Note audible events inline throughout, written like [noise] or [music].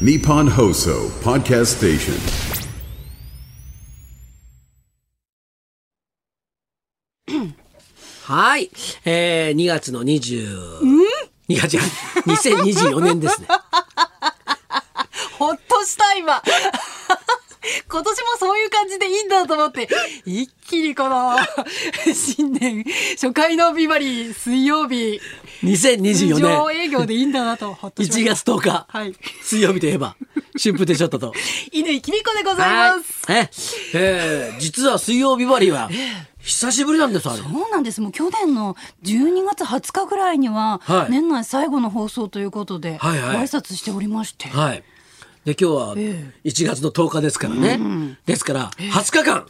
Nippon Hoso Podcast Station. はい。えー、2月の20、2月じゃない2024年ですね。ほっとした今 [laughs] 今年もそういう感じでいいんだと思って一気にこの [laughs] 新年初回のビバリー水曜日通常2024年営業でいいんだなとほっとしま1した月10日、はい水曜日といえば、春風亭昇太と。乾きみこでございますはい。ええー実は水曜日バリーは、久しぶりなんです、あれ。そうなんですもう去年の12月20日ぐらいにははい年内最後の放送ということでごはいはい挨拶しておりまして、はい。で、今日は1え月の10日ですからね。ですから、20日間、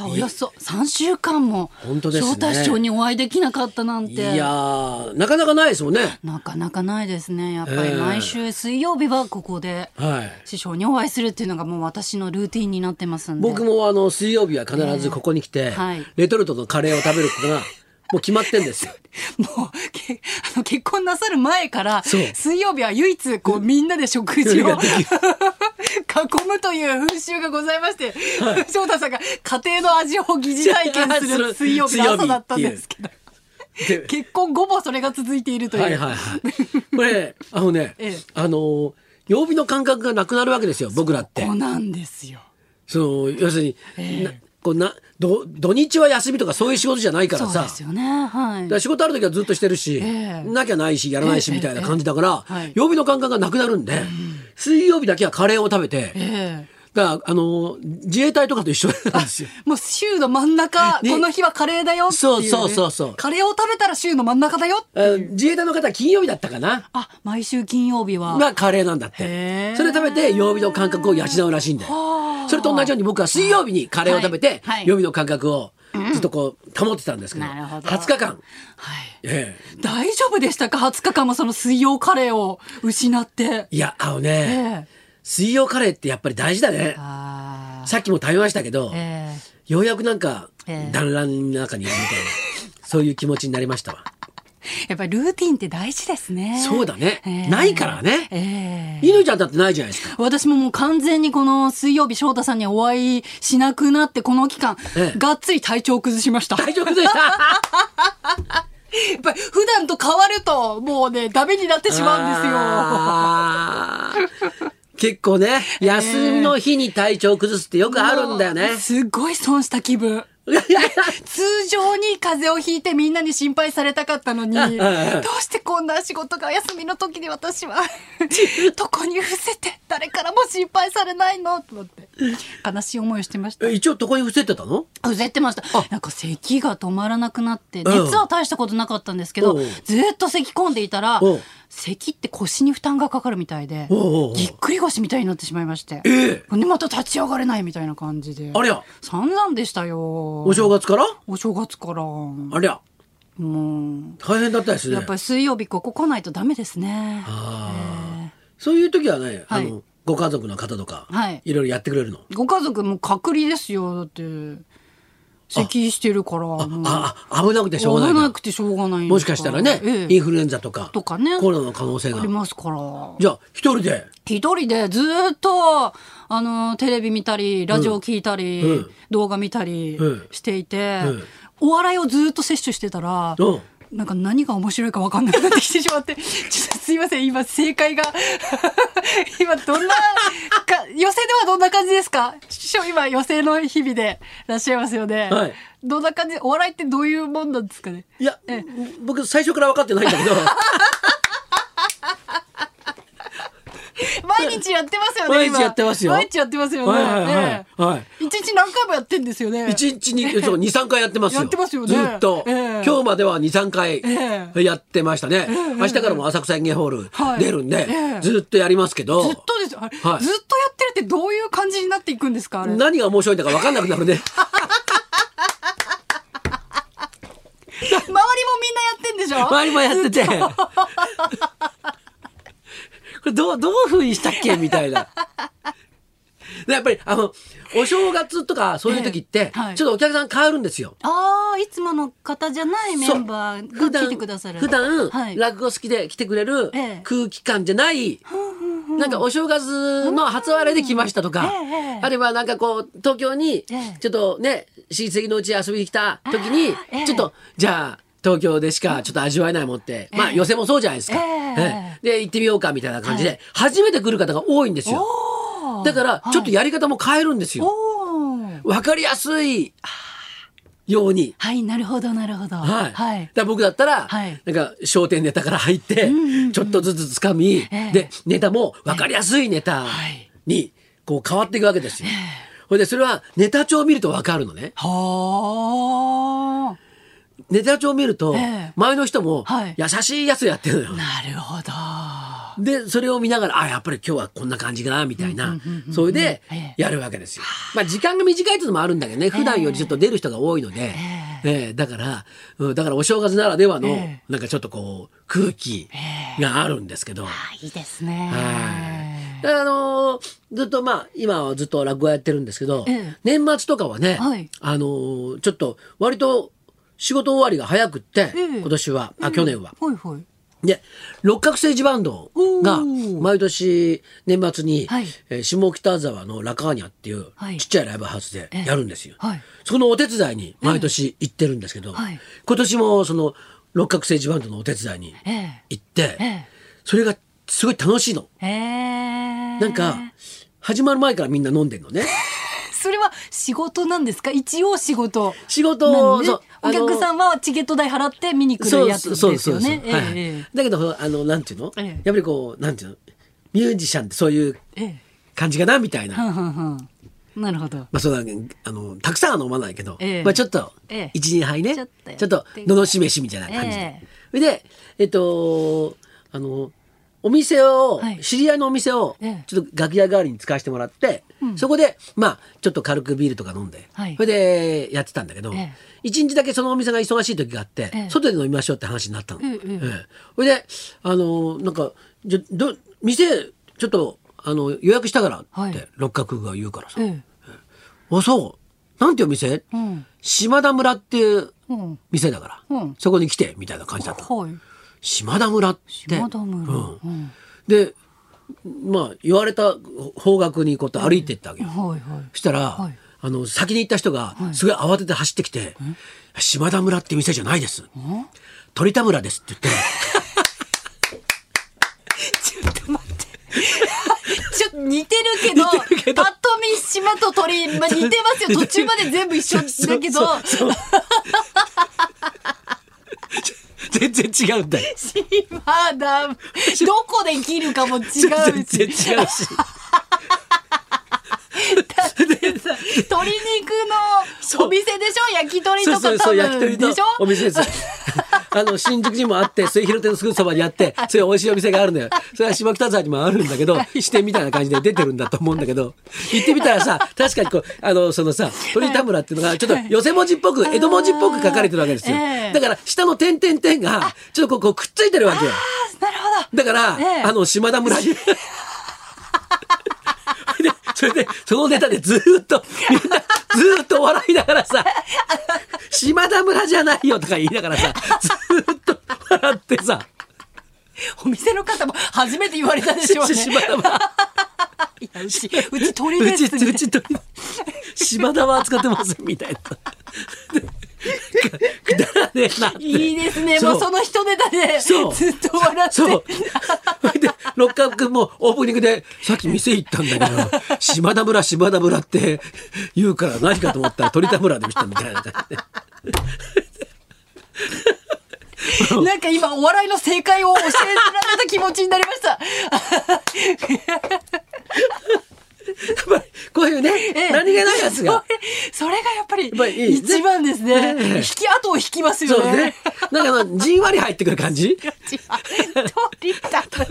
あおよそ3週間も本当ですね昇太師匠にお会いできなかったなんていやー、なかなかないですもんね。なかなかないですね。やっぱえりえ毎週水曜日はここではい。師匠にお会いするっていうのがもう私のルーティンになってますんで。僕もあの水曜日は必ずここに来て、はいレトルトのカレーを食べることがもう決まってんですよ。もうけ [laughs] あの結婚なさる前からそう水曜日は唯一こうみんなで食事をや囲ってるむという風習がございまして、翔太さんが家庭の味を疑似体験する水曜日の朝だったんですけどで結婚後もそれが続いているという。はいはいはい。 [laughs] これあのね、ええあの曜日の感覚がなくなるわけですよ僕らってこ。うなんですよ。その要するに、なこうなど土日は休みとかそういう仕事じゃないからそうさ。ですよね。はいだか。ら仕事ある時はずっとしてるし、ええなきゃないしやらないしみたいな感じだから、ええええはい曜日の感覚がなくなるんで、水曜日だけはカレーを食べて、ええだからあの自衛隊とかと一緒なんですよ。もう週の真ん中、ねこの日はカレーだよっていう、ね。そうそうそうそうカレーを食べたら週の真ん中だよっていう。自衛隊の方は金曜日だったかなあ、毎週金曜日は。がカレーなんだってへーそれ食べて曜日の感覚を養うらしいんだはよあそれと同じように僕は水曜日にカレーを食べて、はいはい曜日の感覚をずっとこう保ってたんですけど,、なるほど20日間、はい。え大丈夫でしたか ?20 日間もその水曜カレーを失ってえ。いやあのね、ええ。水曜カレーってやっぱり大事だねああ。さっきも食べましたけど、ええ。ようやくなんかええ団らんの中にいるみたいな、そういう気持ちになりましたわやっぱりルーティンって大事ですね。そうだねええないからねええ。犬ちゃんだってないじゃないですか私ももう完全にこの水曜日翔太さんにお会いしなくなってこの期間、ええがっつり体調崩しました。大丈夫でしたやっぱり普段と変わるともうねダメになってしまうんあー [laughs] 結構ね、休みの日に体調崩すってよくあですよ。るんだよねもう。すっごい損した気分。通常に風邪をひいてみんなに心配されたかったのに、んどうんうしてこんな仕事が休みの時に私は、 [laughs] どこに伏せて誰からも心配されないのと思って、悲しい思いをしてました [laughs] え。一応どこに伏せてたのうぜってました。なんか咳が止まらなくなって、ん熱は大したことなかったんですけど、おうずーっと咳込んでいたらおう、咳って腰に負担がかかるみたいでおうおうおう、ぎっくり腰みたいになってしまいまして、えでまた立ち上がれないみたいな感じで。ありゃ散々でしたよ。お正月からお正月から。もありゃう、大変だったですね。やっぱり水曜日ここ来ないとダメですね。あーそういう時はね、あはの、ご家族の方とか、はいいろいろやってくれるの。ご家族も隔離ですよ、だって。咳してるから、もう。あ、あ危なくてしょうが危なないくてしょうがないんだらもしかしたらね、ええインフルエンザとか、とかねコロナの可能性があり。ますから。じゃあ、一人で、一人でずーっと、あの、テレビ見たり、ラジオ聞いたり、うん動画見たりうんしていて、うんお笑いをずーっと摂取してたら、うんなんか何が面白いか分かんなくなってきてしまって、ちょ [laughs] っとすいません、今正解が、 [laughs] 今どんなか、予選ではどんな感じですか師匠、今予選の日々でいらっしゃいますよね。はいどんな感じ、お笑いってどういうもんなんで [laughs] すかねいや、僕最初から分かってないんだけど、毎日やってますよね。毎日今やってますよ毎日やってますよね。はいはいはいええはい一日何回もやってんですよね。一日に、そう、二三回やってますよ。やってますよねずっと。ええ今日までは二三回えやってましたね。明日からも浅草演芸ホールはい出るんでええ、ずっとやりますけど。ずっとですよ。あれずっとはやいってるってどういう感じになっていくんですかあれ。何が面白いんだか分かんなくなる [laughs] ね。周りもみんなやってんでしょ周りもやってて。 [laughs] これどう、どういう風にしたっけみたいな。でやっぱり、あの、お正月とかそういう時ってええは、いちょっとお客さん変わるんですよ。ああ、いつもの方じゃないメンバそうーが来てくださる。普段、普は段い、落語好きで来てくれるええ空気感じゃないなんかお正月の初笑いで来ましたとか、うんええええあるいはなんかこう東京にええちょっとね親戚のうち遊びに来た時にああええちょっとじゃあ東京でしかちょっと味わえないもんって、まあ寄席もそうじゃないですか、ええええで行ってみようかみたいな感じで初めて来る方が多いんですよだからちょっとやり方も変えるんですよおーわかりやすいようにはい、なるほど、なるほど。はい。はだいか。ら僕だったら、はいなんか商店ネタから入って、ちょっとずつ掴み、ええで、ネタも分かりやすいネタはいに、こう変わっていくわけですよ。ほいで、それはネタ帳を見ると分かるのね。はネタ帳を見るとええ、前の人もはい優しいやつやってるのよあ。。なるほど。はで、それを見ながら、あ、やっぱり今日はこんな感じかな、みたいな。それでええ、やるわけですよ。まあ、時間が短いっていうのもあるんだけどね、普段よりちょっと出る人が多いので、ええだから、うんだからお正月ならではのえ、なんかちょっとこう、空気があるんですけど、はいいいですね。い。あのーずっとまあ、今はずっと落語やってるんですけどええ、年末とかはねはい、あのー、ちょっと、割と仕事終わりが早くって、ええ今年は、あ、去年は。ほいほい。で六角政治バンドがおー毎年年末に、はいえー下北沢のラカーニャっていうはいちっちゃいライブハウスでええやるんですよ。はいそこのお手伝いに毎年行ってるんですけど、はい今年もその六角政治バンドのお手伝いにええ行って、ええそれがすごい楽しいの。ええなんか、始まる前からみんな飲んでんのね。 [laughs] それは仕事なんですか一応仕事。仕事なを、んでそうお客さんんはチケット代払って見に来るやつですよね。えええだけどあのなんていうの、ええやっぱりこうなんていうのミュージシャンってそういうええ感じかなみたいなえ。はんはんはん。なるほど。まあ、そうだねあのたくさんは飲まないけど、ええまあ、ちょっとええ一二杯ねちょっとちょっとののしめしみたいな感じでええ。それでえっとあのお店を、はい知り合いのお店をええちょっと楽屋代わりに使わせてもらって、そこでまあちょっと軽くビールとか飲んで、はいそれでやってたんだけど、ええ一日だけそのお店が忙しい時があって、ええ外で飲みましょうって話になったの。ええええええそれであのなんかじゃど店ちょっとあの予約したからって、はい六角が言うからさ、えあ、そう。なんていうお店、えうん。島田村っていううん。店だから、うんそこに来て、みたいな感じだった。はい。島田村って。島田村うんうんで、まあ、言われた方角にこうやって歩いてったわけよ。はいはい。そしたら、はいあの、先に行った人が、すごい慌てて走ってきて、島田村って店じゃないです。鳥田村ですって言って、 [laughs] ちょっと似てるけど、似てるけどパッと見島と鳥、 [laughs] まあ、似てますよ。途中まで全部一緒だけど、そうそう [laughs] 全然違うんだよ。島だ、どこで切るかも違うし、全然違うし。鶏肉のお店でしょ焼き鳥とそうかそうそ多う、焼き鳥分のでしょお店で [laughs] す。あの、新宿にもあって、末広亭のすぐそばにあって、そういう美味しいお店があるのよ。それは下北沢にもあるんだけど、支店みたいな感じで出てるんだと思うんだけど、行ってみたら [laughs] さ、確かにこう、あの、そのさ、鳥田村っていうのが、ちょっと寄せ文字っぽく、江戸文字っぽく書かれてるわけですよえ。えだから、下の点々点が、ちょっとこうこう、くっついてるわけよ。なるほだから、ええあの、島田村に。で [laughs] それで、そのネタでずーっと、みんな、ずーっと笑いながらさ、島田村じゃないよとか言いながらさ、ずーっと笑ってさ、どお店の方も初めて言われたでしょうね。島田村、いやうち、うち [laughs] 鳥うでち、す、ね。うちと、島田は扱ってませんみたいな。くだらねえなって。いいですね。もうその人ネタで、ずそうっと笑って。そう。それで、六角君もオープニングで、さっき店行ったんだけど、島田村、島田村って言うから何かと思ったら鳥田村でしたみたいな感じで。 [laughs] なんか今、お笑いの正解を教えてられた気持ちになりました。やっぱりこういうね、え [laughs] え何気ないやつが。 [laughs] それそれがやっぱりぱりいいね一番ですねええ引き後を引きますそようねね。なんかあの、じんわり入ってくる感じ違う鳥だから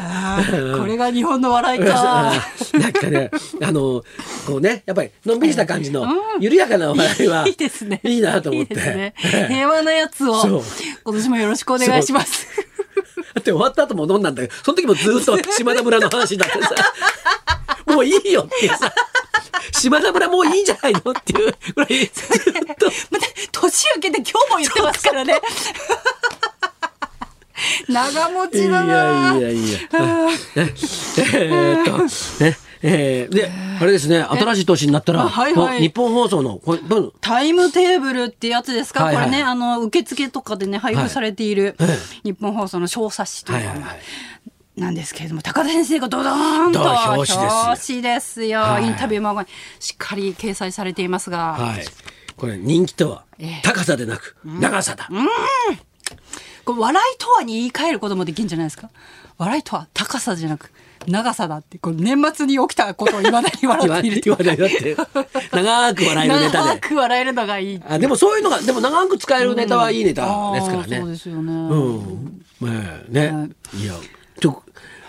あーこれが日本の笑いか。 [laughs] なんかね、あの、こうね、やっぱり、のんびりした感じの、緩やかなお笑いは、いいですね。いいなと思っいいですねて。平和なやつそうを今年もよろしくお願いします。だって終わった後も飲んだんだけど、その時もずっと島田村の話になってさ、 [laughs] もういいよっていうさ、島田村もういいんじゃないのっていうぐらい、ずっと、 [laughs] また年明けて今日も言ってますからね。長持いちだな。やいやいや。えーっと、ね、えーで、あれですね、新しい年になったら、あはいはいこう日本放送の、これ、どうタイムテーブルってやつですか、はいはいこれね、あの、受付とかでね、配布されている、日本放送の小冊子とはいいうはのいがはい。なんですけれども、高田先生がドドーンとどう表紙ですよ表紙ですよ。はいインタビューもしっかり掲載されていますが、はい。これ、人気とはええ、高さでなく、長さだ。これ笑いとはに言い換えることもできるんじゃないですか笑いとは高さじゃなく、長さだって、こう年末に起きたことをいまだに言笑っわている言わないだ [laughs] って。 [laughs] 長く笑えるネタ長で。く笑えるのがいい。あでもそういうのが、でも長く使えるネタはいいネタですからあーそうでね。すよね。うん。まあね。いや、ちょ、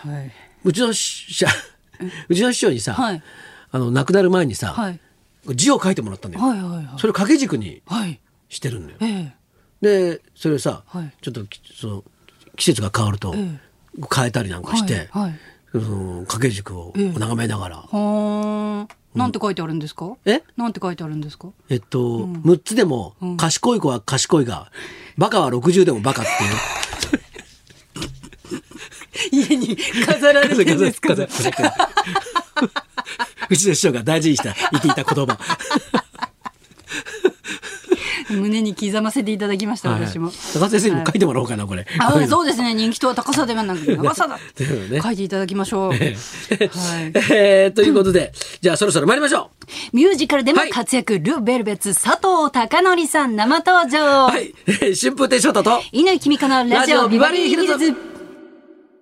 はい。うちの師匠、うちの師匠にさ、はいあの、亡くなる前にさ、はい字を書いてもらったんだよ。はいはいはいそれを掛け軸にはい。してるんだよ。ええ。で、それをさ、はいちょっとき、その、季節が変わると、え変えたりなんかして、はいはいその掛け軸をええ眺めながら、はーん。なんて書いてあるんですか。えなんて書いてあるんですか。えっと、6つでも、賢い子は賢いが、バカは60でもバカっていう。家に飾られてる [laughs] んですか。飾る飾る飾る飾るうちの師匠が大事にした、言っていた言葉。 [laughs] 胸に刻ませていただきました、はい私も。高田先生にも書いてもらおうかな、これ。あこいのそうですね人気とは高さではなく長さだ、だよね書いていただきましょう、ええはい、えーということで、じゃあそろそろ参りましょう。ミュージカルでもはい活躍、ル・ベルベツ佐藤貴則さん生登場、はい。えー春風亭昇太と、乾きみかのラジオビバリーヒルズ